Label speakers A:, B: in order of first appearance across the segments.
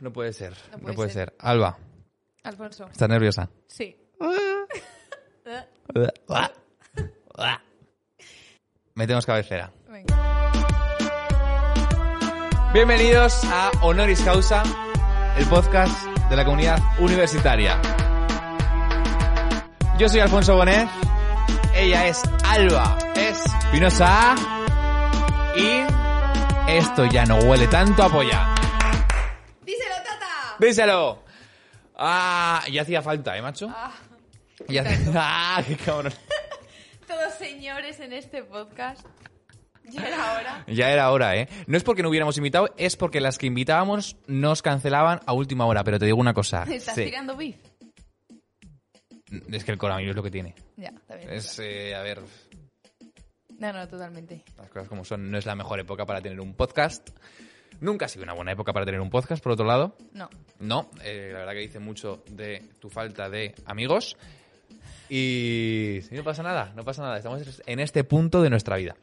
A: No puede ser. No puede,
B: puede
A: ser.
B: ser.
A: Alba,
B: Alfonso.
A: estás nerviosa.
B: Sí.
A: Metemos cabecera.
B: Venga.
A: Bienvenidos a Honoris Causa, el podcast de la comunidad universitaria. Yo soy Alfonso Bonet, ella es Alba, es Pinoza y esto ya no huele tanto a polla.
B: ¡Díselo, Tata!
A: ¡Díselo! Ah, ya hacía falta, ¿eh, macho?
B: Ah,
A: Ya hacía- ¡Ah, qué cabrón!
B: todos señores en este podcast. Ya era hora.
A: Ya era hora, ¿eh? No es porque no hubiéramos invitado, es porque las que invitábamos nos cancelaban a última hora. Pero te digo una cosa.
B: ¿Estás
A: sí.
B: tirando beef?
A: Es que el coronavirus es lo que tiene.
B: Ya, también.
A: Es, eh, a ver,
B: No, no, totalmente.
A: las cosas como son. No es la mejor época para tener un podcast. Nunca ha sido una buena época para tener un podcast, por otro lado.
B: No.
A: No, eh, la verdad que dice mucho de tu falta de amigos. Y sí, no pasa nada, no pasa nada. Estamos en este punto de nuestra vida.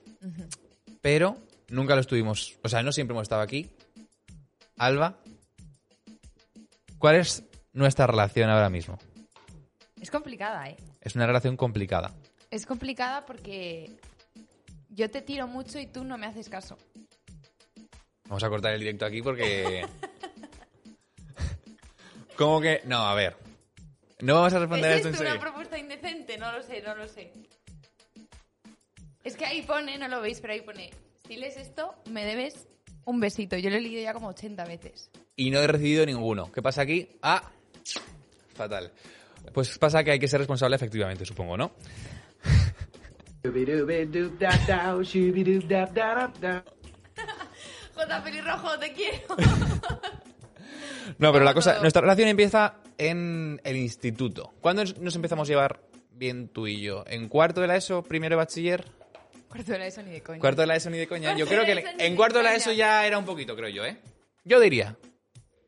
A: Pero nunca lo estuvimos. O sea, no siempre hemos estado aquí. Alba, ¿cuál es nuestra relación ahora mismo?
B: Es complicada, ¿eh?
A: Es una relación complicada.
B: Es complicada porque yo te tiro mucho y tú no me haces caso.
A: Vamos a cortar el directo aquí porque. ¿Cómo que.? No, a ver. No vamos a responder a
B: ¿Es
A: esto
B: esto una
A: enseguida.
B: propuesta indecente? No lo sé, no lo sé. Es que ahí pone, no lo veis, pero ahí pone, si lees esto, me debes un besito. Yo lo he leído ya como 80 veces.
A: y no he recibido ninguno. ¿Qué pasa aquí? Ah, fatal. Pues pasa que hay que ser responsable efectivamente, supongo, ¿no?
B: J. Pelirrojo, te quiero.
A: No, pero la cosa, nuestra relación empieza en el instituto. ¿Cuándo nos empezamos a llevar bien tú y yo? ¿En cuarto de la ESO, primero de bachiller?
B: Cuarto de la ESO ni de coña.
A: Cuarto de la ESO ni de coña. Yo creo
B: Cuarto de
A: que
B: la ESO ni
A: en
B: de
A: cuarto de la
B: coña.
A: ESO ya era un poquito, creo yo, ¿eh? Yo diría.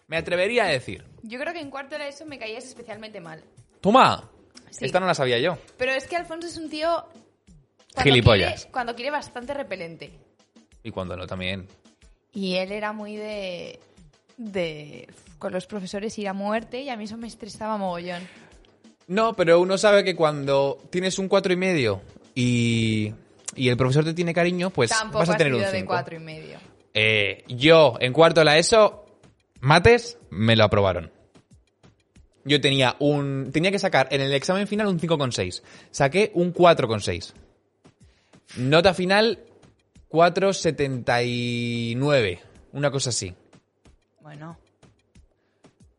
A: Me atrevería a decir.
B: Yo creo que en cuarto de la ESO me caías especialmente mal.
A: ¡Toma!
B: Sí.
A: Esta no la sabía yo.
B: Pero es que Alfonso es un tío...
A: Gilipollas.
B: quiere- cuando quiere bastante repelente.
A: Y cuando no, también.
B: Y él era muy de... de con los profesores ir a muerte y a mí eso me estresaba mogollón.
A: No, pero uno sabe que cuando tienes un cuatro y medio y, y el profesor te tiene cariño, pues
B: Tampoco
A: vas a
B: has
A: tener un
B: sido de
A: cinco.
B: cuatro y medio.
A: Eh, yo, en cuarto de la ESO, mates, me lo aprobaron. Yo tenía un. Tenía que sacar en el examen final un 5,6. Saqué un 4,6. Nota final 4,79. Una cosa así.
B: Bueno,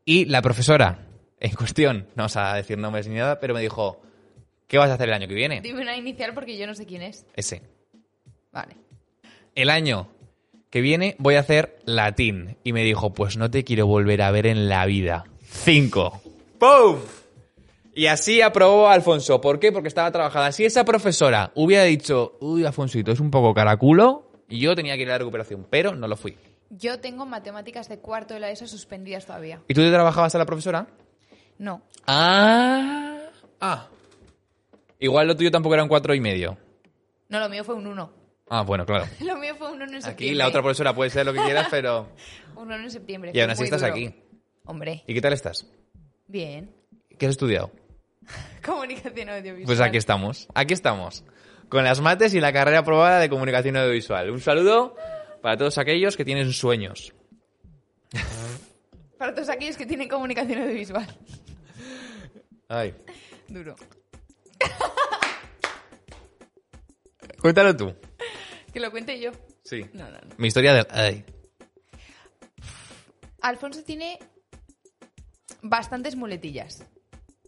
A: Y la profesora en cuestión, no vamos a decir nombres ni nada, pero me dijo: ¿Qué vas a hacer el año que viene?
B: dime una inicial porque yo no sé quién es.
A: Ese.
B: Vale.
A: El año que viene voy a hacer latín. Y me dijo, pues no te quiero volver a ver en la vida. Cinco. ¡Pum! Y así aprobó Alfonso. ¿Por qué? Porque estaba trabajada. Si esa profesora hubiera dicho, uy, Alfonsito, es un poco caraculo, yo tenía que ir a la recuperación, pero no lo fui.
B: Yo tengo matemáticas de cuarto de la ESO suspendidas todavía.
A: ¿Y tú te trabajabas a la profesora?
B: No.
A: Ah. Ah. Igual lo tuyo tampoco era un cuatro y medio.
B: No, lo mío fue un uno.
A: Ah, bueno, claro.
B: Lo mío fue un uno en septiembre.
A: Aquí la otra profesora puede ser lo que quieras, pero...
B: Un uno en septiembre.
A: Y aún
B: Fue
A: así
B: muy
A: estás
B: duro.
A: aquí.
B: Hombre,
A: ¿Y qué tal estás?
B: bien.
A: ¿Qué has estudiado?
B: Comunicación audiovisual.
A: Pues aquí estamos, aquí estamos, con las mates y la carrera aprobada de comunicación audiovisual. Un saludo para todos aquellos que tienen sueños.
B: Para todos aquellos que tienen comunicación audiovisual.
A: Ay.
B: Duro.
A: Cuéntalo tú.
B: Que lo cuente yo.
A: Sí.
B: No, no, no.
A: Mi historia del... Ay.
B: Alfonso tiene bastantes muletillas.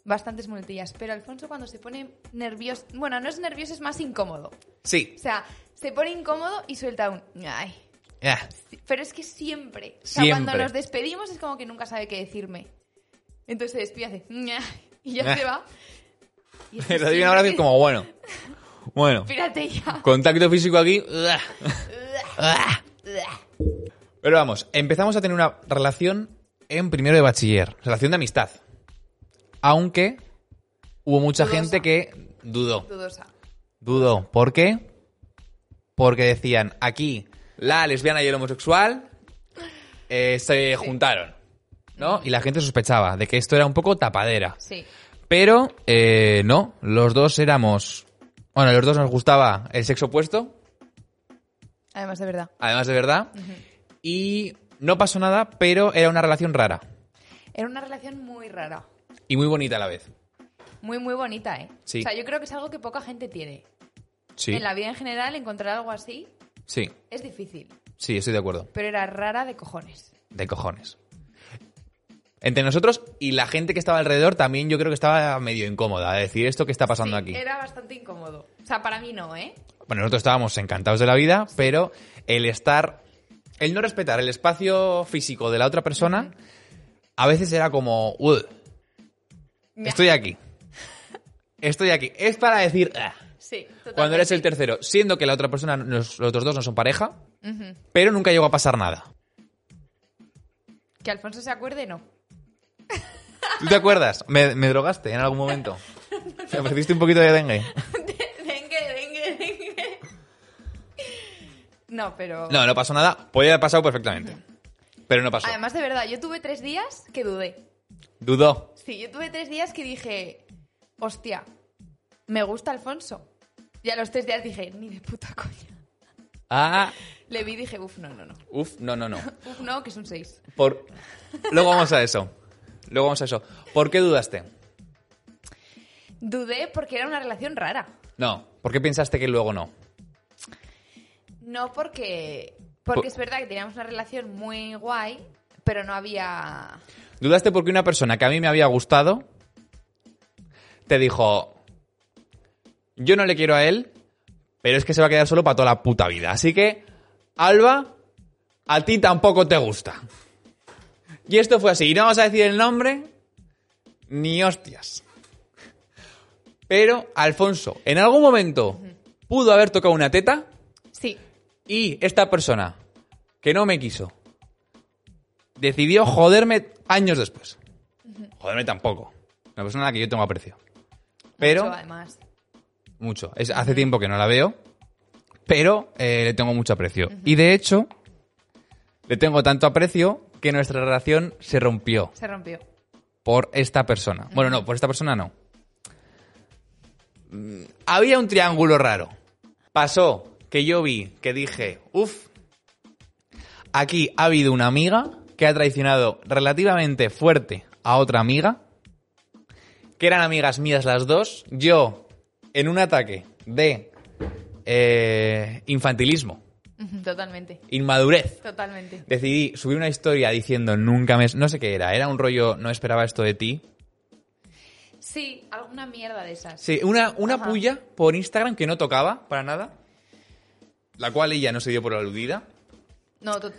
B: Bastantes muletillas. Pero Alfonso cuando se pone nervioso... Bueno, no es nervioso, es más incómodo.
A: Sí.
B: O sea, se pone incómodo y suelta un... Ay.
A: Ah,
B: Pero es que siempre. O sea, cuando
A: Siempre.
B: nos despedimos es como que nunca sabe qué decirme. Entonces se despide, hace. "Ña", Y ya se va. Y es que
A: Lo adivina ahora que
B: siempre-
A: es como, bueno. Bueno.
B: Espérate ya.
A: Contacto físico aquí. Ah, Pero vamos, empezamos a tener una relación en primero de bachiller, relación de amistad. Aunque hubo mucha
B: Dudosa.
A: gente que dudó.
B: Dudosa.
A: Dudó. ¿Por qué? Porque decían, aquí la lesbiana y el homosexual eh, se juntaron. ¿No? Y la gente sospechaba de que esto era un poco tapadera.
B: Sí.
A: Pero eh, no, los dos éramos. Bueno, los dos nos gustaba el sexo opuesto,
B: Además, de verdad.
A: además de verdad. Y no pasó nada, pero era una relación rara
B: Era una relación muy rara.
A: y muy bonita a la vez.
B: Muy, muy bonita, ¿eh?
A: Sí.
B: O sea, yo creo que es algo que poca gente tiene.
A: Sí.
B: En la vida en general, encontrar algo así
A: Sí,
B: es difícil.
A: sí, estoy de acuerdo.
B: Pero era rara de cojones.
A: De cojones. Entre nosotros y la gente que estaba alrededor también yo creo que estaba medio incómoda de decir esto que está pasando
B: Sí,
A: aquí.
B: Era bastante incómodo. O sea, para mí no, ¿eh?
A: Bueno, nosotros estábamos encantados de la vida, pero el estar. El no respetar el espacio físico de la otra persona a veces era como. "Uy,
B: Ya.
A: Estoy aquí. Estoy aquí. Es para decir. "Ah",
B: Sí, totalmente.
A: cuando eres el tercero, siendo que la otra persona, los, los otros dos no son pareja, pero nunca llegó a pasar nada.
B: Que Alfonso se acuerde, no.
A: ¿Tú te acuerdas? Me, me drogaste en algún momento. Me ofreciste un poquito de dengue.
B: dengue, dengue, dengue. No, pero...
A: No, no pasó nada. Podía haber pasado perfectamente. Pero no pasó.
B: Además, de verdad, yo tuve tres días que dudé.
A: Dudó.
B: Sí, yo tuve tres días que dije, hostia, me gusta Alfonso. Y a los tres días dije, ni de puta coña.
A: Ah.
B: Le vi y dije, uff, no, no, no.
A: Uf, no, no, no.
B: Uf, no, que es un seis.
A: Por... Luego vamos a eso. Luego vamos a eso. ¿Por qué dudaste?
B: Dudé porque era una relación rara.
A: No. ¿Por qué pensaste que luego no?
B: No porque... Porque
A: Po-
B: es verdad que teníamos una relación muy guay, pero no había...
A: Dudaste porque una persona que a mí me había gustado te dijo, yo no le quiero a él, pero es que se va a quedar solo para toda la puta vida. Así que, Alba, a ti tampoco te gusta. Y esto fue así. Y no vamos a decir el nombre ni hostias. Pero Alfonso, en algún momento pudo haber tocado una teta
B: Sí,
A: y esta persona que no me quiso decidió joderme años después. Joderme tampoco. Una persona a la que yo tengo aprecio. Pero
B: mucho,
A: mucho.
B: además.
A: Es, hace tiempo que no la veo, pero eh, le tengo mucho aprecio. Y de hecho, le tengo tanto aprecio que nuestra relación se rompió
B: Se rompió.
A: por esta persona. Bueno, no, por esta persona no. Mm, Había un triángulo raro. Pasó que yo vi que dije, uff, aquí ha habido una amiga que ha traicionado relativamente fuerte a otra amiga, que eran amigas mías las dos, yo en un ataque de eh, infantilismo,
B: Ujú, Totalmente,
A: inmadurez,
B: totalmente.
A: decidí subir una historia diciendo nunca me... No sé qué era, era un rollo, no esperaba esto de ti,
B: Sí, alguna mierda de esas.
A: Sí, una, una
B: Ajá.
A: puya por Instagram que no tocaba para nada. La cual ella no se dio por aludida.
B: No, to-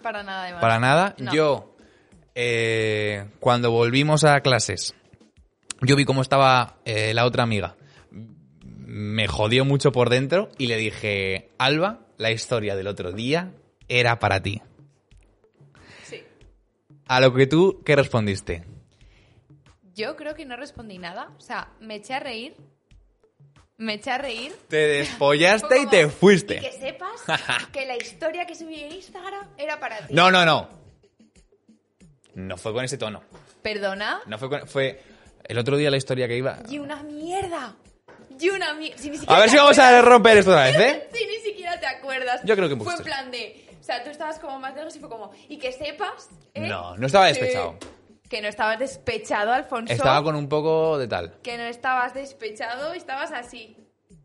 B: para nada además.
A: Para nada.
B: Ah, No.
A: Yo, eh, cuando volvimos a clases, yo vi cómo estaba eh, la otra amiga. Me jodió mucho por dentro y le dije, Alba, la historia del otro día era para ti.
B: Sí.
A: A lo que tú, ¿qué respondiste?
B: Yo creo que no respondí nada. O sea, me eché a reír. Me eché a reír.
A: Te
B: Fue
A: despollaste y
B: como,
A: te fuiste.
B: "Y que sepas que la historia que subí en Instagram era para ti.
A: No, no, no. No fue con ese tono.
B: Perdona.
A: No fue, con- fue el otro día la historia que iba.
B: Y una mierda. Y una mierda.
A: A ver si vamos a romper esto otra vez, ¿eh?
B: Si ni siquiera te acuerdas.
A: Yo creo que
B: Fue en
A: pusiste.
B: plan de. O sea, tú estabas como más lejos y fue como. Y que sepas. ¿eh?
A: No, no estaba
B: que-
A: despechado.
B: Que no estabas despechado, Alfonso.
A: Estaba con un poco de tal.
B: Que no estabas despechado, estabas así.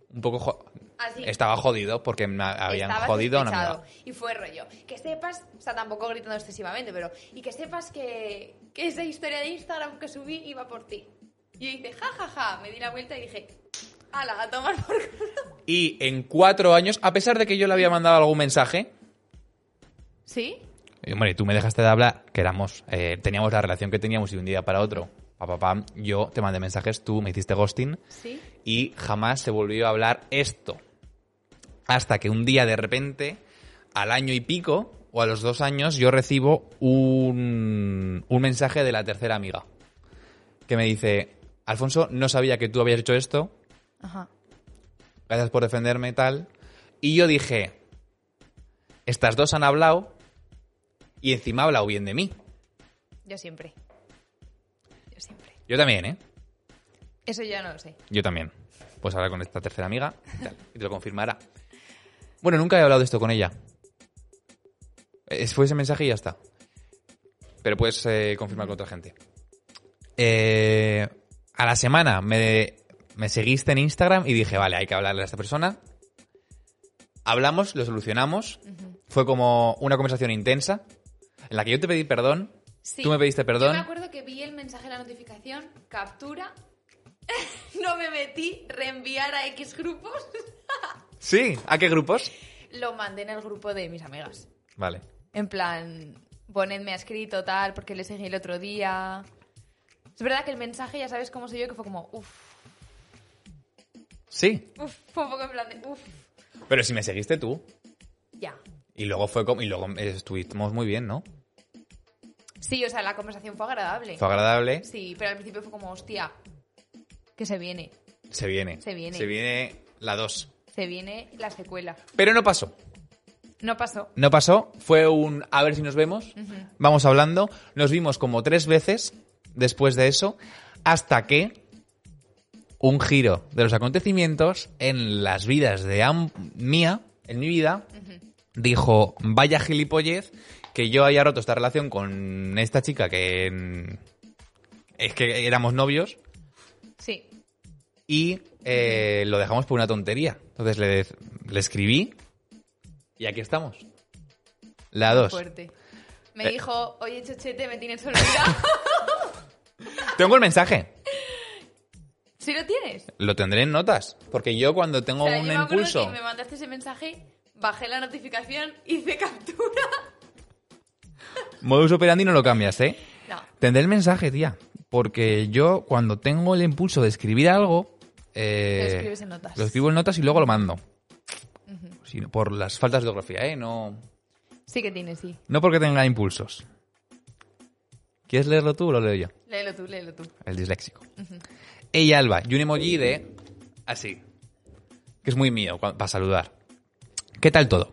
A: Un poco. jo-
B: Así.
A: Estaba jodido porque me habían
B: Estabas
A: jodido a una
B: despechado.
A: amiga.
B: Y fue rollo. Que sepas, o sea, tampoco gritando excesivamente, pero. Y que sepas que, que esa historia de Instagram que subí iba por ti. Y yo dije, ja, ja, ja. Me di la vuelta y dije, ala, a tomar por culo.
A: Y en cuatro años, a pesar de que yo le había mandado algún mensaje,
B: ¿Sí?
A: Y, hombre, tú me dejaste de hablar, que éramos, eh, teníamos la relación que teníamos y de un día para otro, pa, pa, pam, yo te mandé mensajes, tú me hiciste ghosting
B: ¿Sí?
A: y jamás se volvió a hablar esto. Hasta que un día de repente, al año y pico, o a los dos años, yo recibo un, un mensaje de la tercera amiga que me dice, Alfonso, no sabía que tú habías hecho esto,
B: Ajá.
A: gracias por defenderme tal. Y yo dije, estas dos han hablado y encima ha hablado bien de mí.
B: Yo siempre. Yo siempre.
A: Yo también, ¿eh?
B: Eso ya no lo sé.
A: Yo también. Pues hablar con esta tercera amiga y tal, y te lo confirmará. Bueno, nunca he hablado de esto con ella. Es- Fue ese mensaje y ya está. Pero puedes eh, confirmar con otra gente. Eh, a la semana me, me seguiste en Instagram y dije, vale, hay que hablarle a esta persona. Hablamos, lo solucionamos. Fue como una conversación intensa en la que yo te pedí perdón.
B: Sí.
A: Tú me pediste
B: Yo
A: perdón.
B: me acuerdo que vi el mensaje, la notificación, captura, no me metí, reenviar a X grupos,
A: Sí, ¿a qué grupos?
B: lo mandé en el grupo de mis amigas.
A: Vale.
B: En plan, ponedme a escrito tal, porque le seguí el otro día. Es verdad que el mensaje, ya sabes cómo soy yo, que fue como, uff,
A: Sí.
B: uff, fue un poco en plan de, uff,
A: Pero si me seguiste tú.
B: ya.
A: Y luego fue como, y luego eh, estuvimos muy bien, ¿no?
B: Sí, o sea, la conversación fue agradable.
A: Fue agradable.
B: Sí, pero al principio fue como, hostia, que se viene,
A: Se viene.
B: Se viene.
A: Se viene la 2.
B: se viene la secuela.
A: Pero no pasó.
B: No pasó.
A: No pasó. Fue un a ver si nos vemos. Vamos hablando. Nos vimos como tres veces después de eso. Hasta que un giro de los acontecimientos en las vidas de am- mía, en mi vida, dijo, vaya gilipollez que yo haya roto esta relación con esta chica que mm, es que éramos novios.
B: Sí.
A: y eh, lo dejamos por una tontería. Entonces le, le escribí y aquí estamos. La 2.
B: Fuerte.
A: Eh.
B: Me dijo, oye, chochete, me tienes olvidado.
A: Tengo el mensaje.
B: ¿Sí lo tienes?
A: Lo tendré en notas. Porque yo cuando tengo
B: O sea,
A: un
B: yo me acuerdo
A: impulso...
B: que me mandaste ese mensaje, bajé la notificación, hice captura.
A: Modus operandi no lo cambias, ¿eh?
B: No.
A: Tendré el mensaje, tía. Porque yo cuando tengo el impulso de escribir algo... eh,
B: Lo escribes en notas.
A: Lo escribo en notas y luego lo mando. Sí, por las faltas de ortografía, ¿eh? No,
B: Sí que tienes, sí.
A: no porque tenga impulsos. ¿Quieres leerlo tú o lo leo yo?
B: Léelo tú, léelo tú.
A: el disléxico. Ella Alba, y un emoji de así, que es muy mío cua- para saludar. ¿Qué tal todo?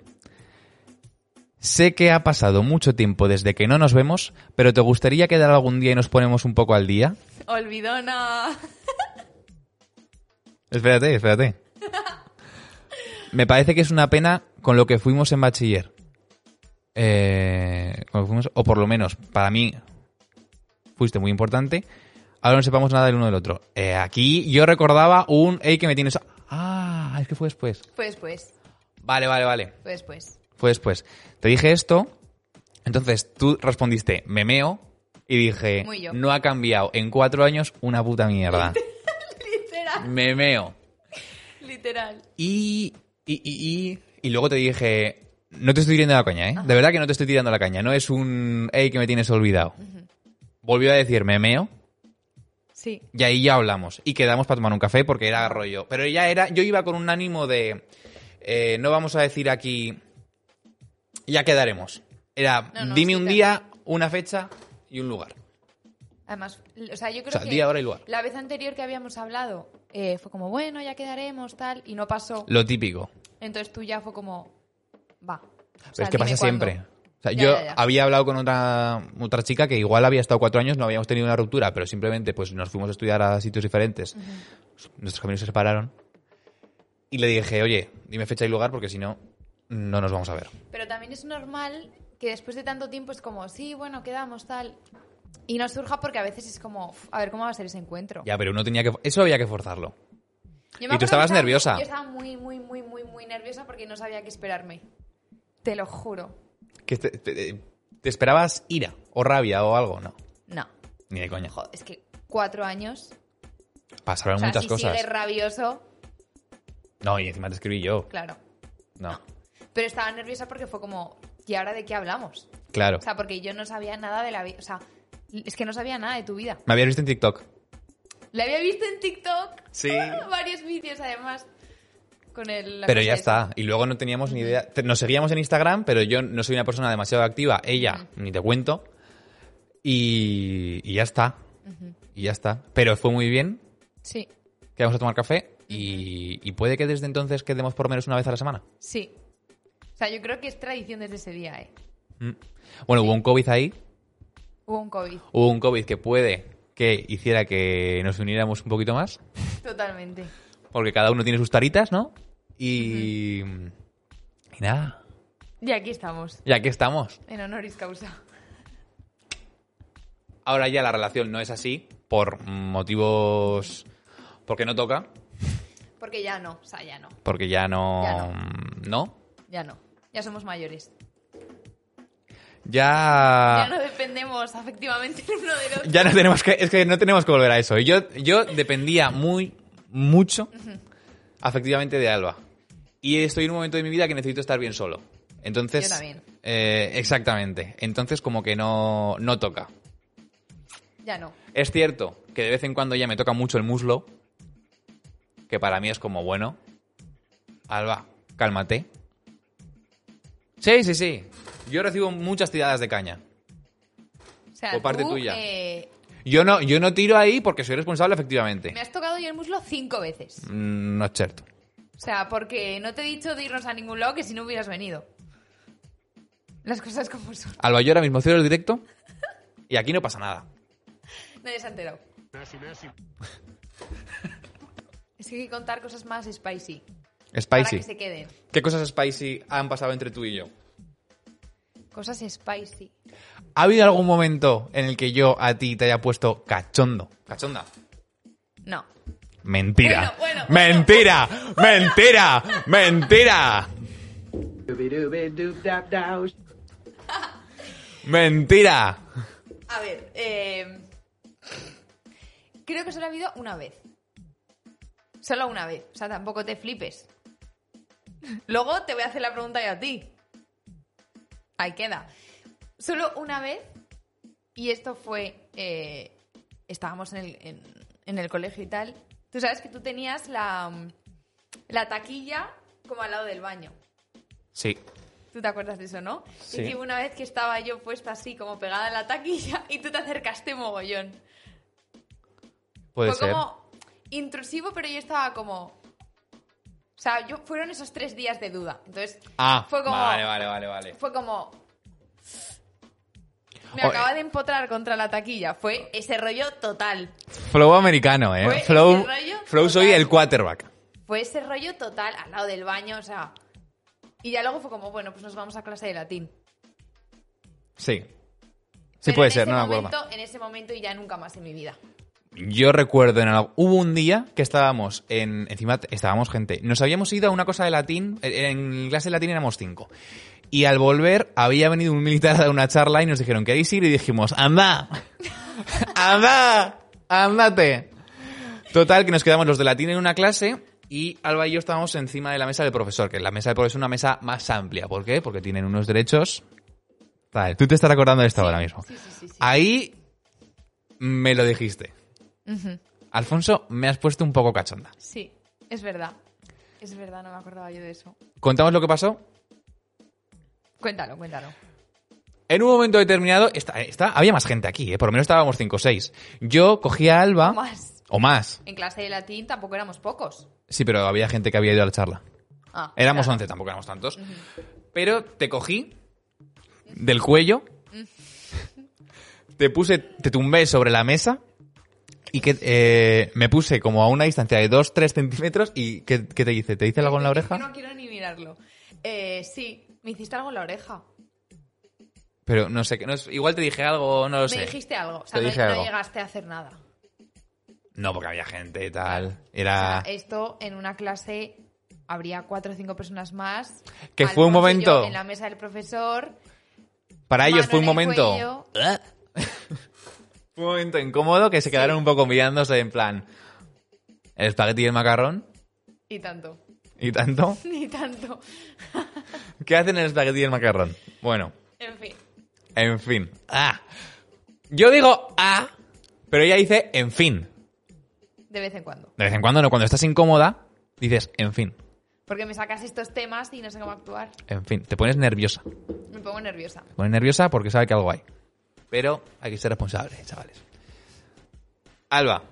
A: Sé que ha pasado mucho tiempo desde que no nos vemos, pero ¿te gustaría quedar algún día y nos ponemos un poco al día?
B: Olvidona.
A: Espérate, espérate. Me parece que es una pena con lo que fuimos en bachiller. Eh, con lo que fuimos- o por lo menos, para mí, fuiste muy importante. Ahora no sepamos nada del uno del otro. Eh, aquí yo recordaba un, hey, que me tienes... a-". Ah, es que fue después.
B: Pues, pues,
A: Vale, vale, vale.
B: pues, pues.
A: Fue después. Te dije esto, entonces tú respondiste, me meo, y dije,
B: Muy yo.
A: no ha cambiado en cuatro años una puta mierda.
B: Literal,
A: me meo.
B: literal.
A: Y, y, y, y, y luego te dije, no te estoy tirando la caña, ¿eh? De verdad que no te estoy tirando la caña. No es un, hey, que me tienes olvidado. Volvió a decirme, meo.
B: Sí.
A: Y ahí ya hablamos. Y quedamos para tomar un café porque era rollo. Pero ya era, yo iba con un ánimo de, eh, no vamos a decir aquí, ya quedaremos. Era,
B: No, no,
A: dime
B: sí,
A: un
B: claro.
A: día, una fecha y un lugar.
B: Además, l- o sea, yo creo
A: sea,
B: que
A: día, hora y lugar.
B: la vez anterior que habíamos hablado eh, fue como, bueno, ya quedaremos, tal, y no pasó.
A: Lo típico.
B: Entonces tú ya fue como, va.
A: Pero es que pasa siempre. O sea,
B: Ya,
A: yo
B: ya, ya.
A: había hablado con otra, otra chica que igual había estado cuatro años, no habíamos tenido una ruptura, pero simplemente pues nos fuimos a estudiar a sitios diferentes. Nuestros caminos se separaron. Y le dije, oye, dime fecha y lugar porque si no, no nos vamos a ver.
B: Pero también es normal que después de tanto tiempo es como, sí, bueno, quedamos, tal. Y no surja porque a veces es como, "Uf, a ver cómo va a ser ese encuentro.
A: Ya, pero uno tenía que... Eso había que forzarlo.
B: Yo
A: Y
B: me
A: tú
B: acuerdo que
A: estabas
B: estaba-
A: nerviosa.
B: Yo estaba muy, muy, muy, muy, muy nerviosa porque no sabía qué esperarme. Te lo juro.
A: Que te, te- te esperabas ira o rabia o algo, no.
B: No.
A: Ni de coña.
B: Jo, es que cuatro años.
A: Pasaron
B: o sea,
A: muchas
B: si
A: cosas.
B: sigues rabioso,
A: No, y encima te escribí yo.
B: claro.
A: No.
B: Pero estaba nerviosa porque fue como, ¿y ahora de qué hablamos?
A: Claro.
B: O sea, porque yo no sabía nada de la vida. O sea, es que no sabía nada de tu vida.
A: Me habías visto en TikTok.
B: La había visto en TikTok.
A: Sí.
B: Varios vídeos, además. Con el. la
A: Pero
B: cosa
A: ya
B: esa.
A: está. Y luego no teníamos ni idea. Te- Nos seguíamos en Instagram, pero yo no soy una persona demasiado activa. Ella, ni te cuento. Y, y ya está. Y ya está. Pero fue muy bien.
B: Sí,
A: Quedamos a tomar café. Y, y puede que desde entonces quedemos por menos una vez a la semana.
B: sí. O sea, yo creo que es tradición desde ese día, ¿eh?
A: Bueno, hubo un COVID ahí.
B: Hubo un COVID,
A: Hubo un COVID que puede que hiciera que nos uniéramos un poquito más.
B: totalmente.
A: Porque cada uno tiene sus taritas, ¿no? Y. Y nada.
B: Y aquí estamos,
A: Y aquí estamos.
B: en honoris causa.
A: Ahora ya la relación no es así por motivos. porque no toca,
B: Porque ya no, o sea, ya no,
A: porque ya no.
B: Ya
A: no.
B: ya no. Ya somos mayores.
A: Ya.
B: Ya no dependemos afectivamente el uno del otro.
A: Ya no tenemos que. Es que no tenemos que volver a eso. Y Yo, yo dependía muy. mucho. afectivamente de Alba. Y estoy en un momento de mi vida que necesito estar bien solo. Entonces.
B: Yo también.
A: eh, exactamente. Entonces, como que no, no toca.
B: Ya no.
A: Es cierto que de vez en cuando ya me toca mucho el muslo, que para mí es como, bueno, Alba, cálmate. Sí, sí, sí. Yo recibo muchas tiradas de caña.
B: O sea,
A: Por parte
B: tú,
A: tuya.
B: eh,
A: Yo no, yo no tiro ahí porque soy responsable, efectivamente.
B: me has tocado yo el muslo cinco veces.
A: Mm, No es cierto.
B: O sea, porque no te he dicho de irnos a ningún lado que si no hubieras venido. Las cosas como son.
A: Alba, yo ahora mismo cierro el directo y aquí no pasa nada.
B: Nadie se ha enterado. Es que hay que contar cosas más spicy. Para
A: Spicy.
B: que se queden.
A: ¿Qué cosas spicy han pasado entre tú y yo?
B: Cosas spicy.
A: ¿Ha habido algún momento en el que yo a ti te haya puesto cachondo? Cachonda.
B: No.
A: Mentira.
B: Bueno, bueno, bueno.
A: mentira, mentira, mentira. mentira.
B: A ver, eh, creo que solo ha habido una vez. Solo una vez. O sea, tampoco te flipes. Luego te voy a hacer la pregunta yo a ti. Ahí queda. Solo una vez. Y esto fue... eh, estábamos en el, en- en el colegio y tal. Tú sabes que tú tenías la, la taquilla como al lado del baño.
A: Sí.
B: ¿Tú te acuerdas de eso, no?
A: Sí.
B: Y que hubo una vez que estaba yo puesta así, como pegada en la taquilla, y tú te acercaste mogollón.
A: Puede
B: Fue
A: ser.
B: como intrusivo, pero yo estaba como... O sea, yo, fueron esos tres días de duda. Entonces,
A: Ah,
B: fue como...
A: vale, vale, vale, vale.
B: Fue como... Me
A: Oye.
B: acaba de empotrar contra la taquilla. Fue ese rollo total.
A: Flow americano,
B: Fue
A: eh.
B: ese
A: Flow,
B: rollo
A: flow soy
B: total.
A: el quarterback.
B: Fue ese rollo total al lado del baño, o sea... Y ya luego fue como, bueno, pues nos vamos a clase de latín.
A: Sí. Sí
B: Pero
A: puede
B: en
A: ser,
B: ese
A: no me acuerdo.
B: momento, En ese momento y ya nunca más en mi vida.
A: Yo recuerdo en algo- hubo un día que estábamos en encima t- estábamos gente, nos habíamos ido a una cosa de latín, eh, en en clase de latín éramos cinco. Y al volver había venido un militar a dar una charla y nos dijeron, "¿Queréis ir?" y dijimos, "Anda. Anda, ándate." Total que nos quedamos los de latín en una clase y Alba y yo estábamos encima de la mesa del profesor, que la mesa del profesor es una mesa más amplia, ¿por qué? Porque tienen unos derechos. Vale, tú te estás acordando de esto ahora mismo.
B: Sí, sí, sí. sí.
A: Ahí me lo dijiste. Alfonso, me has puesto un poco cachonda.
B: Sí, es verdad. Es verdad, no me acordaba yo de eso.
A: Contamos lo que pasó.
B: Cuéntalo, cuéntalo.
A: En un momento determinado, esta- esta- había más gente aquí, ¿eh? por lo menos estábamos 5 o 6. Yo cogí a Alba.
B: O más.
A: O más.
B: En clase de latín tampoco éramos pocos.
A: Sí, pero había gente que había ido a la charla.
B: Ah,
A: Éramos
B: claro.
A: 11, tampoco éramos tantos. Pero te cogí del cuello, te puse, te tumbé sobre la mesa y que eh, me puse como a una distancia de 2-3 centímetros y ¿qué, qué te hice? ¿Te hice algo en la
B: Es que
A: oreja?
B: No quiero ni mirarlo. Eh, sí, me hiciste algo en la oreja.
A: Pero no sé, qué- no, es- igual te dije algo, no lo
B: me
A: sé.
B: dijiste algo. O
A: Te
B: sea, no,
A: dije
B: no
A: algo.
B: llegaste a hacer nada.
A: No, porque había gente y tal. Era...
B: Esto en una clase habría cuatro o cinco personas más.
A: Que fue un
B: Alfonso y
A: momento-
B: yo En la mesa del profesor.
A: Para ellos
B: mano
A: fue un
B: en el
A: momento...
B: cuello.
A: fue un momento incómodo que se quedaron un poco mirándose en plan... El espagueti y el macarrón
B: Y tanto.
A: y tanto.
B: Ni tanto.
A: ¿Qué hacen el espagueti y el macarrón? Bueno,
B: En fin.
A: en fin. Ah. Yo digo ah, pero ella dice en fin.
B: De vez en cuando.
A: De vez en cuando no, cuando estás incómoda, dices en fin,
B: Porque me sacas estos temas y no sé cómo actuar.
A: en fin. Te pones nerviosa. Te
B: Me pongo nerviosa.
A: pones nerviosa porque sabe que algo hay. Pero hay que ser responsable, chavales. Alba,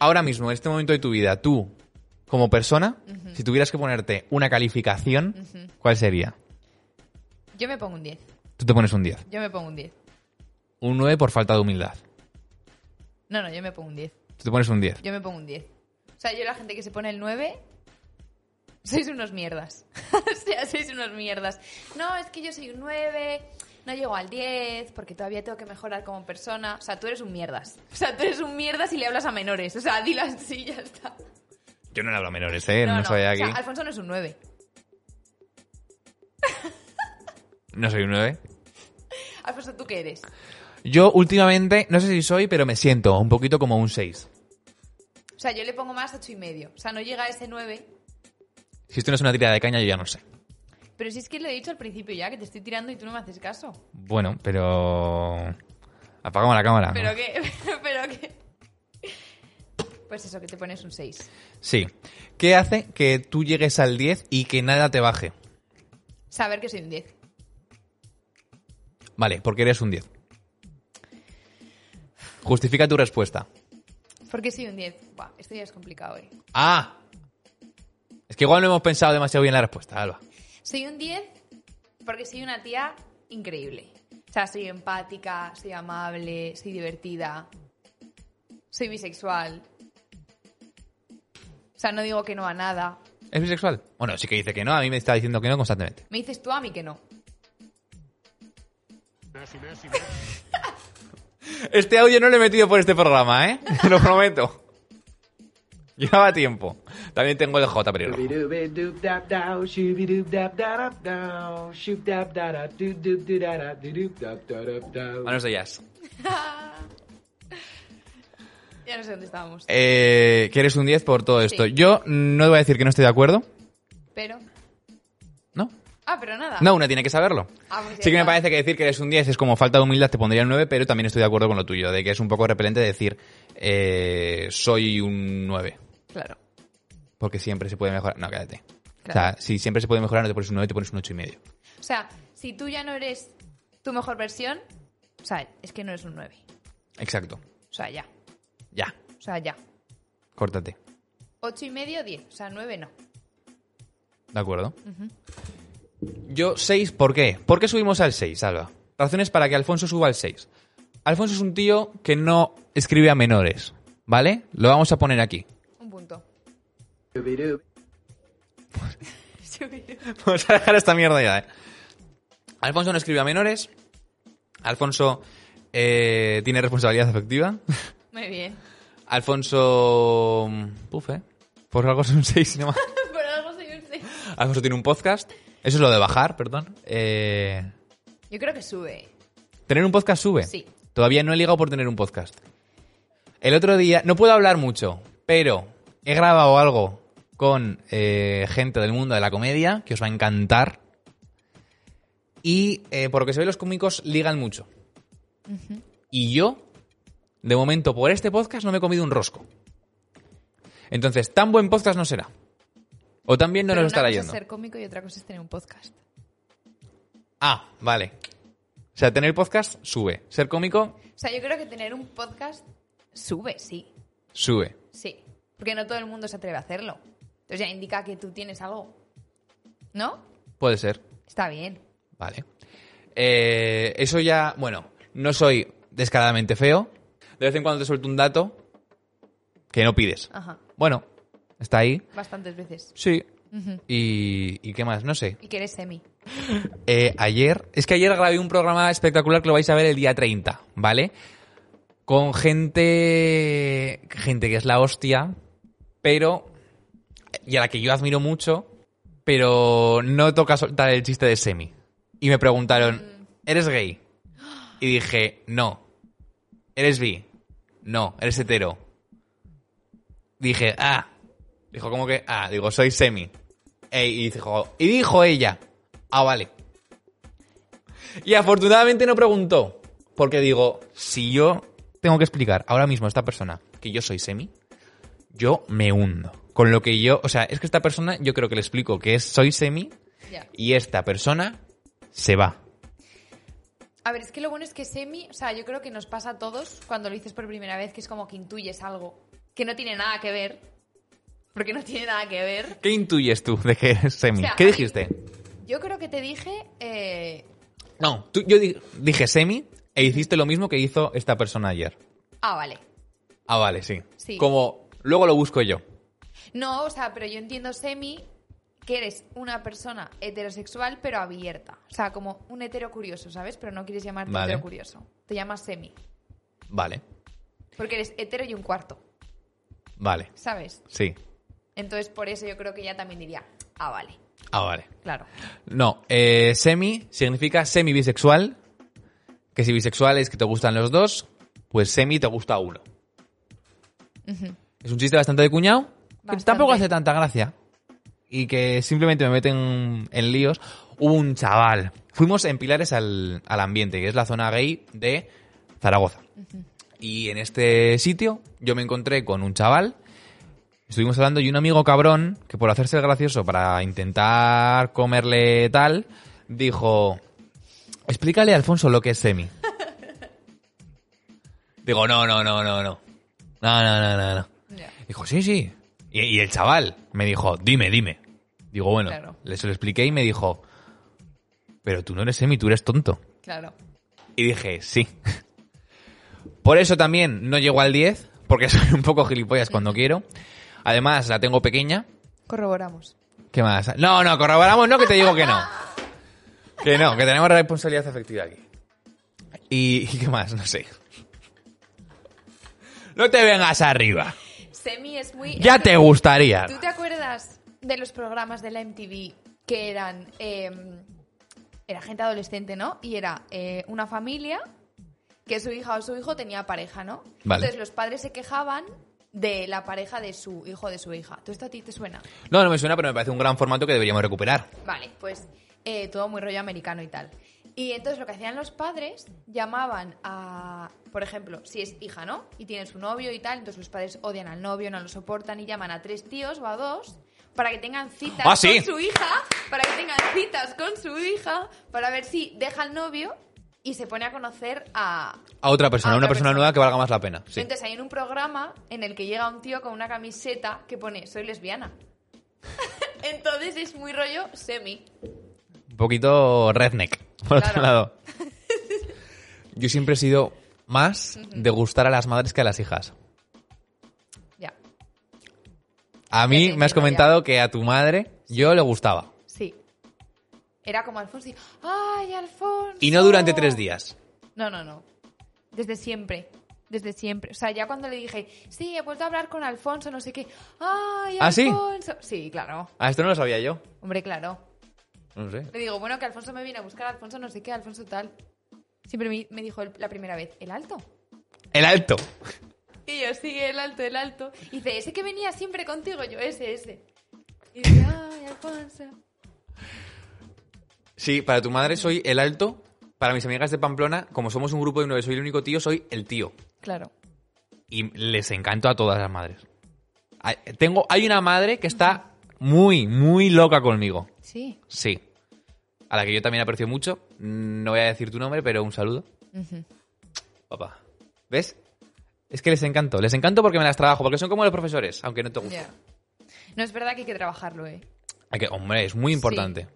A: ahora mismo, en este momento de tu vida, tú, como persona, si tuvieras que ponerte una calificación, ¿cuál sería?
B: Yo me pongo un 10.
A: Tú te pones un 10.
B: Yo me pongo un 10.
A: Un 9 por falta de humildad.
B: No, no, yo me pongo un 10.
A: Tú te pones un 10.
B: Yo me pongo un 10. O sea, yo la gente que se pone el 9, sois unos mierdas. o sea, sois unos mierdas. No, es que yo soy un 9, no llego al 10, porque todavía tengo que mejorar como persona. O sea, tú eres un mierdas. O sea, tú eres un mierdas y le hablas a menores. O sea, dilo así y ya está.
A: Yo no le hablo a menores, ¿eh? No, soy
B: o
A: aquí.
B: sea, Alfonso no es un 9.
A: No soy un 9.
B: Alfonso, ¿tú qué eres?
A: Yo últimamente, no sé si soy, pero me siento un poquito como un 6.
B: O sea, yo le pongo más 8 y medio. O sea, no llega a ese 9.
A: Si esto no es una tirada de caña, yo ya no sé.
B: Pero si es que lo he dicho al principio ya, que te estoy tirando y tú no me haces caso.
A: Bueno, pero... Apagamos la cámara. ¿no?
B: Pero que, pero que... Pues eso, que te pones un 6.
A: Sí. ¿Qué hace que tú llegues al 10 y que nada te baje?
B: Saber que soy un 10.
A: Vale, porque eres un 10. Justifica tu respuesta.
B: Porque soy un 10. Buah, esto ya es complicado, eh.
A: Ah. Es que igual no hemos pensado demasiado bien la respuesta, Alba.
B: Soy un 10 porque soy una tía increíble. O sea, soy empática, soy amable, soy divertida, soy bisexual. O sea, no digo que no a nada.
A: ¿Es bisexual? Bueno, sí que dice que no. A mí me está diciendo que no constantemente.
B: Me dices tú a mí que no.
A: Este audio no lo he metido por este programa, ¿eh? Te lo prometo. Llevaba tiempo. También tengo el J, pero... Manos de jazz.
B: Ya no sé dónde estábamos.
A: Eh, que eres un 10 por todo esto.
B: Sí.
A: Yo no voy a decir que no estoy de acuerdo.
B: Pero...
A: ¿No?
B: Ah, pero nada.
A: No, una tiene que saberlo.
B: Ah, muy bien.
A: Sí que me parece que decir que eres un 10 es como falta de humildad, te pondría un 9, pero también estoy de acuerdo con lo tuyo, de que es un poco repelente decir eh, soy un 9,
B: Claro.
A: porque siempre se puede mejorar. No, cállate. O
B: Claro.
A: sea, si siempre se puede mejorar, no te pones un 9, te pones un 8 y medio.
B: O sea, si tú ya no eres tu mejor versión, o sea, es que no eres un 9.
A: Exacto.
B: O sea, ya.
A: Ya,
B: O sea, ya.
A: córtate.
B: 8 y medio, 10. O sea, 9 no.
A: ¿De acuerdo? Yo 6, ¿por qué? ¿Por qué subimos al 6, Alba? Razones para que Alfonso suba al 6. Alfonso es un tío que no escribe a menores, ¿vale? Lo vamos a poner aquí.
B: Un punto.
A: Vamos a dejar esta mierda ya, eh. Alfonso no escribe a menores. Alfonso eh, tiene responsabilidad afectiva.
B: Muy bien.
A: Alfonso. Puf, eh. Por algo son seis, no más.
B: Por algo soy un 6.
A: Alfonso tiene un podcast. Eso es lo de bajar, perdón. Eh,
B: Yo creo que sube. ¿eh?
A: ¿Tener un podcast sube?
B: Sí.
A: Todavía no he ligado por tener un podcast. El otro día, no puedo hablar mucho, pero he grabado algo con eh, gente del mundo de la comedia, que os va a encantar. Y eh, por lo que se ve, los cómicos ligan mucho. Y yo, de momento, por este podcast no me he comido un rosco. Entonces, tan buen podcast no será. O tan bien no
B: Pero
A: nos estará
B: una cosa
A: yendo.
B: es ser cómico y otra cosa es tener un podcast.
A: Ah, vale. O sea, tener podcast sube. Ser cómico
B: O sea, yo creo que tener un podcast sube, sí.
A: sube.
B: Sí. Porque no todo el mundo se atreve a hacerlo. Entonces ya indica que tú tienes algo. ¿No?
A: Puede ser.
B: Está bien.
A: Vale. Eh, eso ya, bueno, no soy descaradamente feo. De vez en cuando te suelto un dato que no pides.
B: Ajá.
A: Bueno, está ahí.
B: Bastantes veces.
A: Sí. Y, y qué más, no sé.
B: Y que eres semi.
A: Eh, ayer, es que ayer grabé un programa espectacular que lo vais a ver el día 30, ¿vale? Con gente, gente que es la hostia, pero, y a la que yo admiro mucho, pero no toca soltar el chiste de Semi. Y me preguntaron, ¿eres gay? Y dije, no. ¿Eres bi? No. ¿Eres hetero? Dije, ah. Dijo, ¿cómo que? Ah, digo, soy Semi. Ey, y dijo, y dijo ella, Ah, vale. Y afortunadamente no preguntó. Porque digo, si yo tengo que explicar ahora mismo a esta persona que yo soy semi, yo me hundo. Con lo que yo, o sea, es que esta persona, yo creo que le explico que es, soy semi
B: Ya.
A: y esta persona se va.
B: A ver, es que lo bueno es que semi, o sea, yo creo que nos pasa a todos cuando lo dices por primera vez, que es como que intuyes algo que no tiene nada que ver. Porque no tiene nada que ver.
A: ¿Qué intuyes tú de que es semi?
B: O sea,
A: ¿Qué dijiste?
B: Yo creo que te dije. eh,
A: No, tú- yo di- dije semi e hiciste lo mismo que hizo esta persona ayer.
B: Ah, vale.
A: Ah, vale, sí.
B: Sí.
A: Como luego lo busco yo.
B: No, o sea, pero yo entiendo semi que eres una persona heterosexual pero abierta. O sea, como un hetero curioso, ¿sabes? Pero no quieres llamarte
A: Vale.
B: hetero curioso. Te llamas semi.
A: Vale,
B: Porque eres hetero y un cuarto,
A: vale,
B: ¿sabes?
A: sí.
B: Entonces, por eso yo creo que ya también diría, ah, vale,
A: Ah, vale.
B: claro.
A: No, eh, semi significa semi bisexual, que si bisexual es que te gustan los dos, pues semi te gusta uno. Es un chiste bastante de cuñado, que
B: Bastante.
A: tampoco hace tanta gracia y que simplemente me meten en líos. Hubo un chaval, fuimos en Pilares al, al ambiente, que es la zona gay de Zaragoza. Y en este sitio yo me encontré con un chaval Estuvimos hablando y un amigo cabrón, que por hacerse el gracioso para intentar comerle tal, dijo, explícale a Alfonso lo que es semi. Digo, no, no, no, no, no. No, no, no, no, no.
B: Ya.
A: Dijo, sí, sí. Y, y el chaval me dijo, dime, dime. Digo, bueno,
B: Claro.
A: le se lo expliqué y me dijo, pero tú no eres semi, tú eres tonto.
B: Claro.
A: Y dije, sí. Por eso también no llego al 10, porque soy un poco gilipollas cuando quiero. Además, la tengo pequeña.
B: Corroboramos.
A: ¿Qué más? No, no, corroboramos, no, que te digo que no. Que no, que tenemos responsabilidad afectiva aquí. ¿Y, y qué más? No sé. No te vengas arriba.
B: Semi es muy...
A: Ya te gustaría.
B: ¿Tú te acuerdas de los programas de la MTV que eran... eh, era gente adolescente, ¿no? Y era eh, una familia que su hija o su hijo tenía pareja, ¿no?
A: Vale.
B: Entonces los padres se quejaban de la pareja de su hijo o de su hija. ¿Tú esto a ti te suena?
A: No, no me suena, pero me parece un gran formato que deberíamos recuperar.
B: Vale, pues eh, todo muy rollo americano y tal. Y entonces lo que hacían los padres, llamaban a, por ejemplo, si es hija, ¿no? Y tiene su novio y tal, entonces los padres odian al novio, no lo soportan y llaman a tres tíos o a dos para que tengan citas
A: Ah, sí.
B: con su hija, para que tengan citas con su hija, para ver si deja al novio y se pone a conocer a...
A: A otra persona,
B: A
A: una persona,
B: otra persona.
A: nueva que valga más la pena. Sí.
B: Entonces hay en un programa en el que llega un tío con una camiseta que pone, soy lesbiana. entonces es muy rollo semi.
A: un poquito redneck, por otro
B: Claro.
A: lado. Yo siempre he sido más de gustar a las madres que a las hijas.
B: Ya.
A: A mí
B: te
A: me has
B: entiendo,
A: comentado que a tu madre yo le gustaba.
B: Sí. Era como Alfonso. y, ¡Ay, Alfonso!
A: Y no durante tres días.
B: No, no, no. Desde siempre. Desde siempre. O sea, ya cuando le dije, sí, he vuelto a hablar con Alfonso, no sé qué. ¡Ay,
A: ¿Ah, sí?
B: Alfonso! sí? claro.
A: Ah, esto no lo sabía yo.
B: Hombre, claro.
A: No sé.
B: Le digo, bueno, que Alfonso me viene a buscar, Alfonso no sé qué, Alfonso tal. Siempre me- me dijo el- la primera vez, ¿el alto?
A: El alto.
B: Y yo, sí, el alto, el alto. Y dice, ese que venía siempre contigo, yo, ese, ese. Y dice, ¡ay, Alfonso!
A: Sí, para tu madre soy el alto. Para mis amigas de Pamplona, como somos un grupo de nueve, soy el único tío, soy el tío.
B: Claro.
A: Y les encanto a todas las madres. Hay, tengo, hay una madre que está muy, muy loca conmigo.
B: Sí.
A: Sí. A la que yo también aprecio mucho. Mm, No voy a decir tu nombre, pero un saludo. Papá. ¿Ves? Es que les encanto. Les encanto porque me las trabajo, porque son como los profesores, aunque no te guste.
B: Ya. No es verdad que hay que trabajarlo, ¿eh?
A: Hay que- hombre, es muy importante.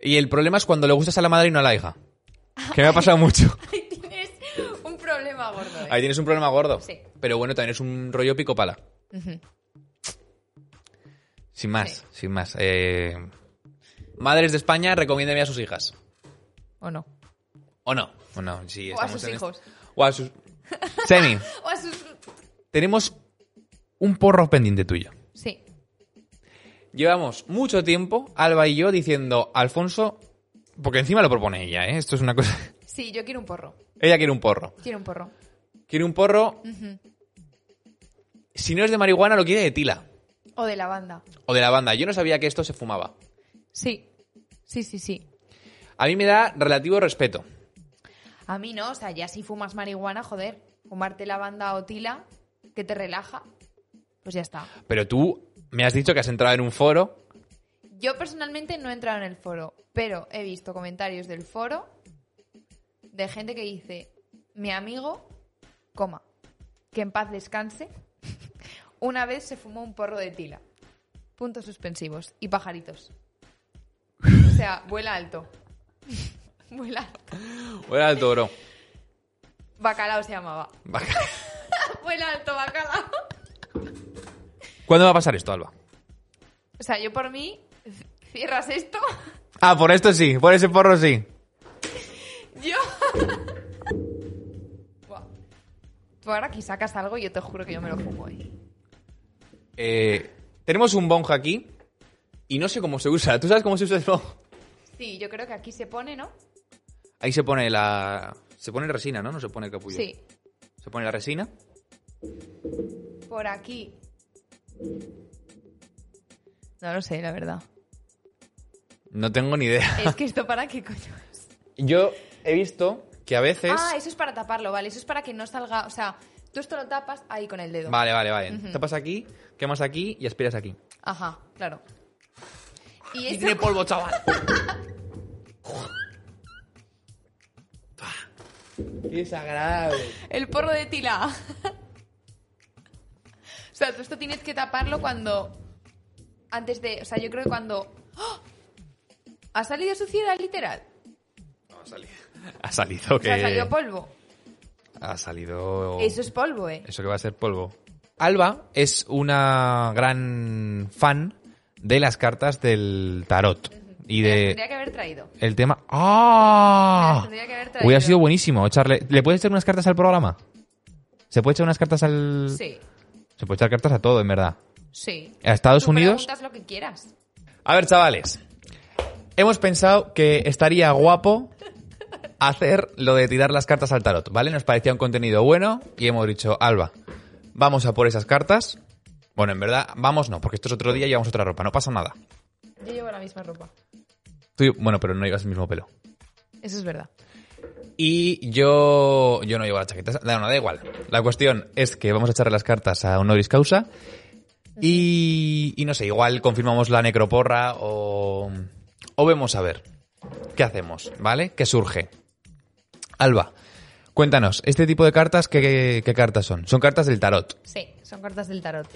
A: Y el problema es cuando le gustas a la madre y no a la hija. Que me ha pasado mucho.
B: Ahí tienes un problema gordo. ¿eh?
A: Ahí tienes un problema gordo.
B: Sí.
A: Pero bueno, también es un rollo pico pala. Sin más,
B: Sí.
A: sin más. Eh, Madres de España, recomiéndeme a sus hijas.
B: ¿O no?
A: ¿O no? ¿O no? Sí,
B: O a
A: estamos
B: sus
A: en
B: hijos.
A: O a sus... Semi,
B: O a sus...
A: tenemos un porro pendiente tuyo.
B: Sí.
A: Llevamos mucho tiempo, Alba y yo, diciendo, Alfonso, porque encima lo propone ella, ¿eh? Esto es una cosa...
B: Sí, yo quiero un porro.
A: Ella quiere un porro.
B: Quiero un porro.
A: Quiere un porro... Si no es de marihuana, lo quiere de tila.
B: O de lavanda.
A: O de la banda. Yo no sabía que esto se fumaba.
B: Sí. Sí, sí, sí.
A: A mí me da relativo respeto.
B: A mí no, o sea, ya si fumas marihuana, joder, fumarte la banda o tila, que te relaja, pues ya está.
A: Pero tú me has dicho que has entrado en un foro.
B: Yo personalmente no he entrado en el foro, pero he visto comentarios del foro de gente que dice, mi amigo, coma, que en paz descanse, una vez se fumó un porro de tila. Puntos suspensivos y pajaritos. O sea, vuela alto. vuela alto.
A: Era el toro.
B: Bacalao se llamaba. Vuela alto, bacalao.
A: ¿Cuándo va a pasar esto, Alba?
B: O sea, yo por mí, c- cierras esto,
A: Ah, por esto sí, por ese porro sí.
B: yo... Buah. Tú ahora aquí sacas algo y yo te juro que yo me lo fumo. ¿eh?
A: Eh, tenemos un bonjo aquí y no sé cómo se usa. ¿Tú sabes cómo se usa el bonjo?
B: Sí, yo creo que aquí se pone, ¿no?
A: Ahí se pone la... Se pone resina, ¿no? No se pone el capullo.
B: Sí.
A: Se pone la resina.
B: Por aquí. No lo sé, la verdad.
A: No tengo ni idea.
B: Es que esto para qué coño es.
A: Yo he visto que a veces...
B: Ah, eso es para taparlo, vale. Eso es para que no salga. O sea, tú esto lo tapas ahí con el dedo.
A: Vale, vale, vale. Tapas aquí, quemas aquí y aspiras aquí.
B: Ajá, claro. Y
A: Y
B: eso-
A: tiene polvo, chaval. Qué desagradable.
B: El porro de tila. o sea, tú esto tienes que taparlo cuando. Antes de. O sea, yo creo que cuando. ¡Oh! Ha salido suciedad, literal.
A: ha salido. Ha salido
B: O sea, salió
A: que.
B: polvo.
A: Ha salido.
B: Eso es polvo, ¿eh?
A: Eso que va a ser polvo. Alba es una gran fan de las cartas del tarot. Y
B: Me las
A: de.
B: Tendría que haber traído.
A: El tema. ¡Ah!
B: Las tendría que haber traído.
A: Hubiera sido buenísimo echarle. ¿Le puedes echar unas cartas al programa? ¿Se puede echar unas cartas al.?
B: Sí,
A: Se puede echar cartas a todo, en verdad.
B: sí.
A: A Estados
B: Tú
A: Unidos.
B: preguntas lo que quieras.
A: A ver, chavales. Hemos pensado que estaría guapo hacer lo de tirar las cartas al tarot, ¿vale? Nos parecía un contenido bueno y hemos dicho, Alba, vamos a por esas cartas. Bueno, en verdad, vamos no, porque esto es otro día y llevamos otra ropa, no pasa nada.
B: Yo llevo la misma ropa.
A: Tú- bueno, pero no llevas el mismo pelo.
B: Eso es verdad.
A: Y yo, yo no llevo la chaqueta. No, no, da igual. La cuestión es que vamos a echarle las cartas a honoris causa. Y, y no sé, igual confirmamos la necroporra o, o vemos a ver qué hacemos, ¿vale? ¿Qué surge? Alba, cuéntanos, ¿este tipo de cartas qué, qué, qué cartas son? Son cartas del tarot,
B: Sí, son cartas del tarot.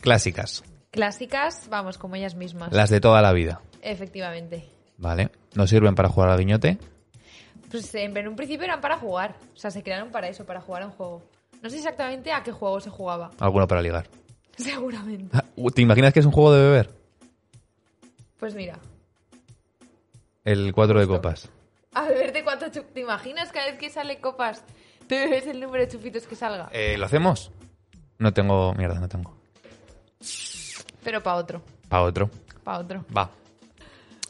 A: clásicas,
B: Clásicas, vamos, como ellas mismas.
A: las de toda la vida,
B: Efectivamente.
A: ¿vale? Nos sirven para jugar al guiñote.
B: Pues en en un principio eran para jugar. O sea, se crearon para eso, para jugar a un juego. No sé exactamente a qué juego se jugaba.
A: Alguno para ligar.
B: Seguramente.
A: ¿Te imaginas que es un juego de beber?
B: Pues mira.
A: El cuatro de copas.
B: A beberte cuánto chup- ¿Te imaginas cada vez que sale copas? Te bebes el número de chupitos que salga.
A: Eh, ¿Lo hacemos? No tengo. Mierda, no tengo.
B: Pero para otro.
A: Para otro.
B: Para otro.
A: Va.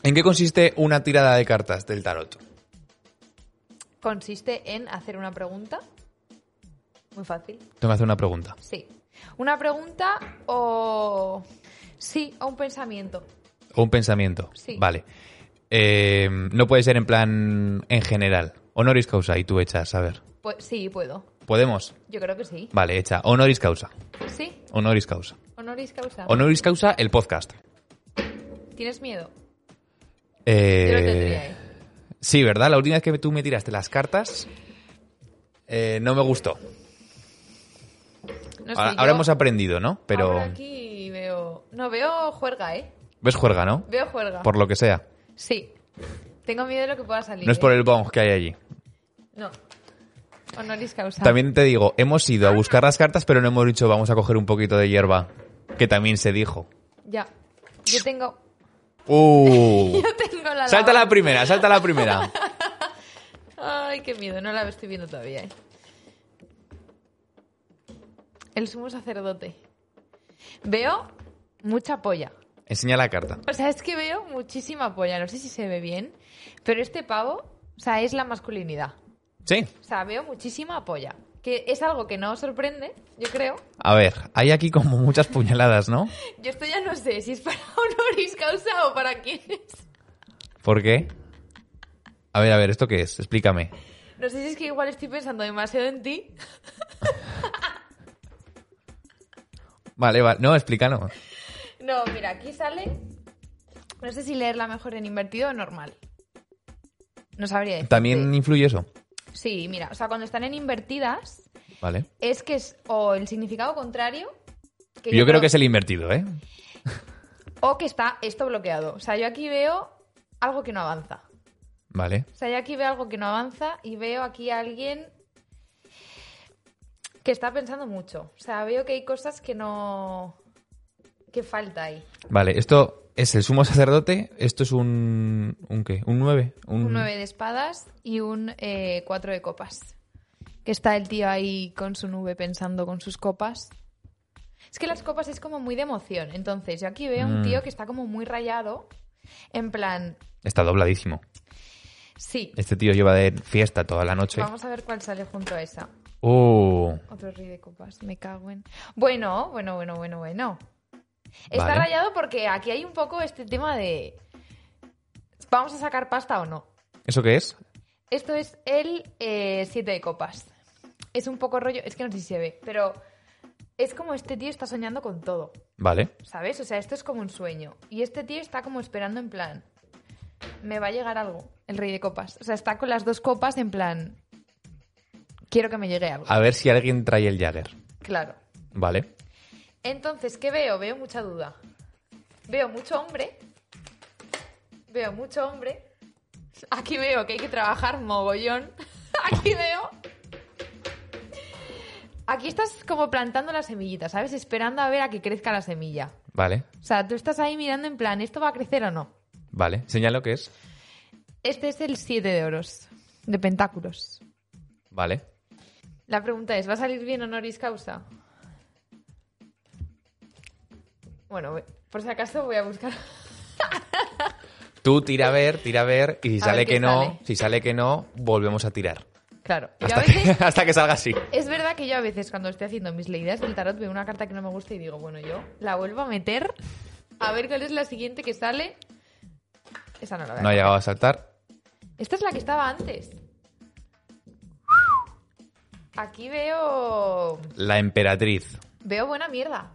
A: ¿En qué consiste una tirada de cartas del tarot?
B: Consiste en hacer una pregunta. Muy fácil.
A: Tengo que hacer una pregunta.
B: Sí. Una pregunta o. Sí, o un pensamiento.
A: O un pensamiento.
B: Sí.
A: Vale. Eh, no puede ser en plan. en general. Honoris causa y tú echas, a ver.
B: Pues sí, puedo.
A: ¿Podemos?
B: Yo creo que sí.
A: Vale, echa. Honoris causa.
B: Sí,
A: Honoris causa.
B: honoris causa.
A: Honoris causa el podcast.
B: ¿Tienes miedo?
A: Eh,
B: Yo lo tendría, ¿eh?
A: Sí, ¿verdad? La última vez que tú me tiraste las cartas. eh, no me gustó.
B: No sé,
A: ahora,
B: yo
A: ahora hemos aprendido, ¿no? Pero.
B: ahora aquí veo... No, veo juerga, ¿eh?
A: ¿Ves juerga, no?
B: Veo juerga.
A: Por lo que sea.
B: Sí. Tengo miedo de lo que pueda salir.
A: No es por
B: ¿eh?
A: el bong que hay allí.
B: No. Honoris causa.
A: También te digo, hemos ido a buscar las cartas, pero no hemos dicho vamos a coger un poquito de hierba, que también se dijo.
B: Ya. Yo tengo...
A: ¡Uh!
B: Yo tengo la...
A: Salta la
B: lavanda.
A: primera, salta la primera.
B: Ay, qué miedo. No la estoy viendo todavía, ¿eh? El sumo sacerdote. Veo mucha polla.
A: Enseña la carta.
B: O sea, es que veo muchísima polla. No sé si se ve bien. Pero este pavo, o sea, es la masculinidad.
A: Sí.
B: O sea, veo muchísima polla. Que es algo que no os sorprende, yo creo.
A: A ver, hay aquí como muchas puñaladas, ¿no?
B: Yo esto ya no sé si es para honoris causa o para quién es.
A: ¿Por qué? A ver, a ver, ¿esto qué es? Explícame.
B: No sé si es que igual estoy pensando demasiado en ti.
A: Vale, vale. No, explícanos.
B: No, mira, aquí sale. No sé si leerla mejor en invertido o normal. No sabría decirte.
A: ¿También influye eso?
B: Sí, mira, o sea, cuando están en invertidas,
A: Vale.
B: es que es o el significado contrario. que
A: Yo creo que es el invertido, ¿eh?
B: O que está esto bloqueado. O sea, yo aquí veo algo que no avanza.
A: Vale.
B: O sea, yo aquí veo algo que no avanza y veo aquí a alguien que está pensando mucho. O sea, veo que hay cosas que no. que falta ahí.
A: Vale, esto es el sumo sacerdote, esto es un... ¿Un qué? ¿Un 9?
B: Un 9 de espadas y un 4 de copas. Que está el tío ahí con su nube pensando con sus copas. Es que las copas es como muy de emoción. Entonces, yo aquí veo un
A: Mm.
B: tío que está como muy rayado. En plan,
A: Está dobladísimo.
B: sí,
A: Este tío lleva de fiesta toda la noche.
B: vamos a ver cuál sale junto a esa.
A: Oh,
B: Otro rey de copas, me cago en. Bueno, bueno, bueno, bueno, bueno. Está
A: Vale.
B: rayado porque aquí hay un poco este tema de. ¿Vamos a sacar pasta o no?
A: ¿eso qué es?
B: Esto es el 7 de copas. Es un poco rollo, es que no sé si se ve, pero es como este tío está soñando con todo,
A: Vale.
B: ¿sabes? O sea, esto es como un sueño. Y este tío está como esperando en plan, me va a llegar algo, el rey de copas. O sea, está con las dos copas en plan, quiero que me llegue algo.
A: A ver si alguien trae el Jagger.
B: Claro.
A: Vale.
B: Entonces, ¿qué veo? Veo mucha duda. Veo mucho hombre. Veo mucho hombre. Aquí veo que hay que trabajar mogollón. Aquí veo. Aquí estás como plantando la semillita, ¿sabes? Esperando a ver a que crezca la semilla.
A: Vale,
B: O sea, tú estás ahí mirando en plan, ¿esto va a crecer o no?
A: vale. Señalo que es.
B: Este es el 7 de oros, de pentáculos.
A: Vale.
B: La pregunta es, ¿va a salir bien honoris causa? Bueno, ve- por si acaso voy a buscar
A: Tú tira a ver, tira a ver, y si
B: A
A: sale
B: ver qué
A: que no,
B: sale.
A: si sale que no, volvemos a tirar.
B: Claro. Yo a
A: Hasta,
B: veces,
A: que, hasta que salga así.
B: es verdad que yo a veces cuando estoy haciendo mis leídas del tarot veo una carta que no me gusta y digo, bueno, yo la vuelvo a meter a ver cuál es la siguiente que sale. Esa no la veo.
A: No ha llegado a saltar.
B: Esta es la que estaba antes. Aquí veo...
A: La emperatriz.
B: Veo buena mierda.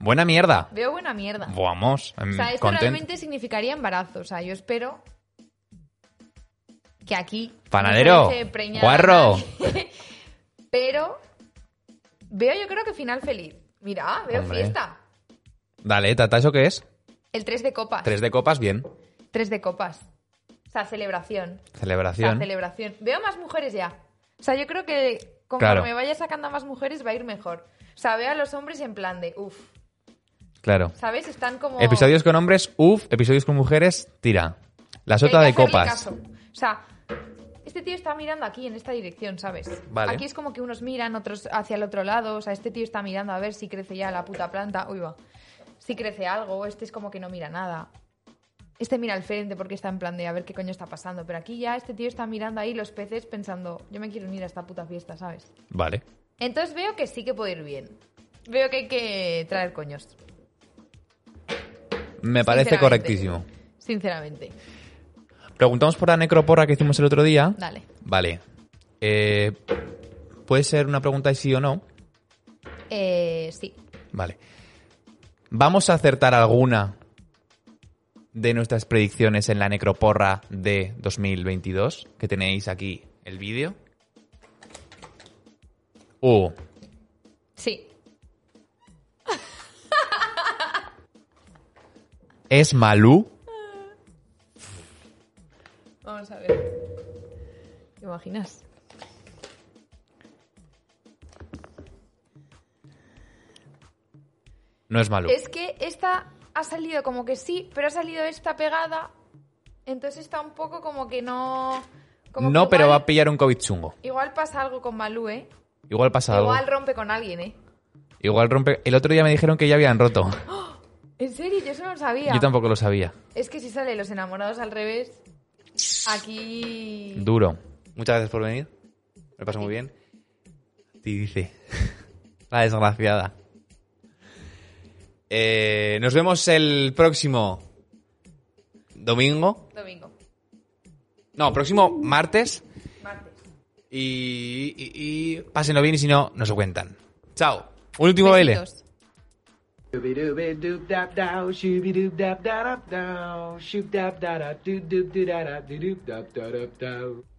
A: Buena mierda.
B: Veo buena mierda.
A: Vamos.
B: o
A: em,
B: sea, esto
A: content.
B: realmente significaría embarazo. O sea, yo espero que aquí... no
A: Panadero,
B: se deje preñar a
A: guarro.
B: nadie. Pero veo yo creo que final feliz. Mira, veo
A: Hombre.
B: fiesta.
A: Dale, Tata, ¿eso qué es?
B: El 3 de copas.
A: Tres de copas, bien.
B: Tres de copas. O sea, celebración. O sea,
A: Celebración.
B: celebración. Veo más mujeres ya. O sea, yo creo que conforme
A: Claro.
B: me vaya sacando a más mujeres va a ir mejor. O sea, veo a los hombres en plan de, uff,
A: Claro.
B: ¿sabes? Están como...
A: Episodios con hombres, uff. Episodios con mujeres, tira. La sota
B: Hay
A: de
B: que hacerle
A: copas.
B: caso. O sea, este tío está mirando aquí en esta dirección, ¿sabes?
A: Vale.
B: Aquí es como que unos miran, otros hacia el otro lado. O sea, este tío está mirando a ver si crece ya la puta planta. Uy, va. Si crece algo, este es como que no mira nada. Este mira al frente porque está en plan de a ver qué coño está pasando. Pero aquí ya este tío está mirando ahí los peces pensando, yo me quiero unir a esta puta fiesta, ¿sabes?
A: Vale.
B: Entonces veo que sí que puede ir bien. Veo que hay que traer coños.
A: Me parece
B: Sinceramente.
A: correctísimo.
B: Sinceramente.
A: Preguntamos por la necroporra que hicimos el otro día.
B: Dale.
A: Vale. Eh, Puede ser una pregunta de sí o no.
B: Eh, sí.
A: Vale. ¿Vamos a acertar alguna de nuestras predicciones en la necroporra de 2022? Que tenéis aquí el vídeo. Uh,
B: Sí.
A: ¿es Malú?
B: Vamos a ver. ¿Te imaginas?
A: No es Malú.
B: Es que esta ha salido como que sí, pero ha salido esta pegada. Entonces está un poco como que no. como que
A: no, pero va
B: igual-
A: a pillar un COVID chungo.
B: Igual pasa algo con Malú, ¿eh?
A: Igual pasa algo.
B: Igual rompe con alguien, ¿eh?
A: Igual rompe. El otro día me dijeron que ya habían roto.
B: En serio, yo eso no lo sabía.
A: Yo tampoco lo sabía.
B: Es que si sale los enamorados al revés, aquí.
A: Duro. Muchas gracias por venir. Me paso muy bien. Ti dice. La desgraciada. Eh, nos vemos el próximo domingo
B: Domingo.
A: No, próximo martes.
B: Martes.
A: Y, y, y pásenlo bien y si no, no se cuentan. Chao. Un último baile.
B: Besitos.
C: Shoo-be-doo-be-doop-dap-dow, shoo-be-doop-dap-da-da-dow, shoop-dap-da-da, doo-doop-doo-da-da, doo-doop-dap-da-da-dow.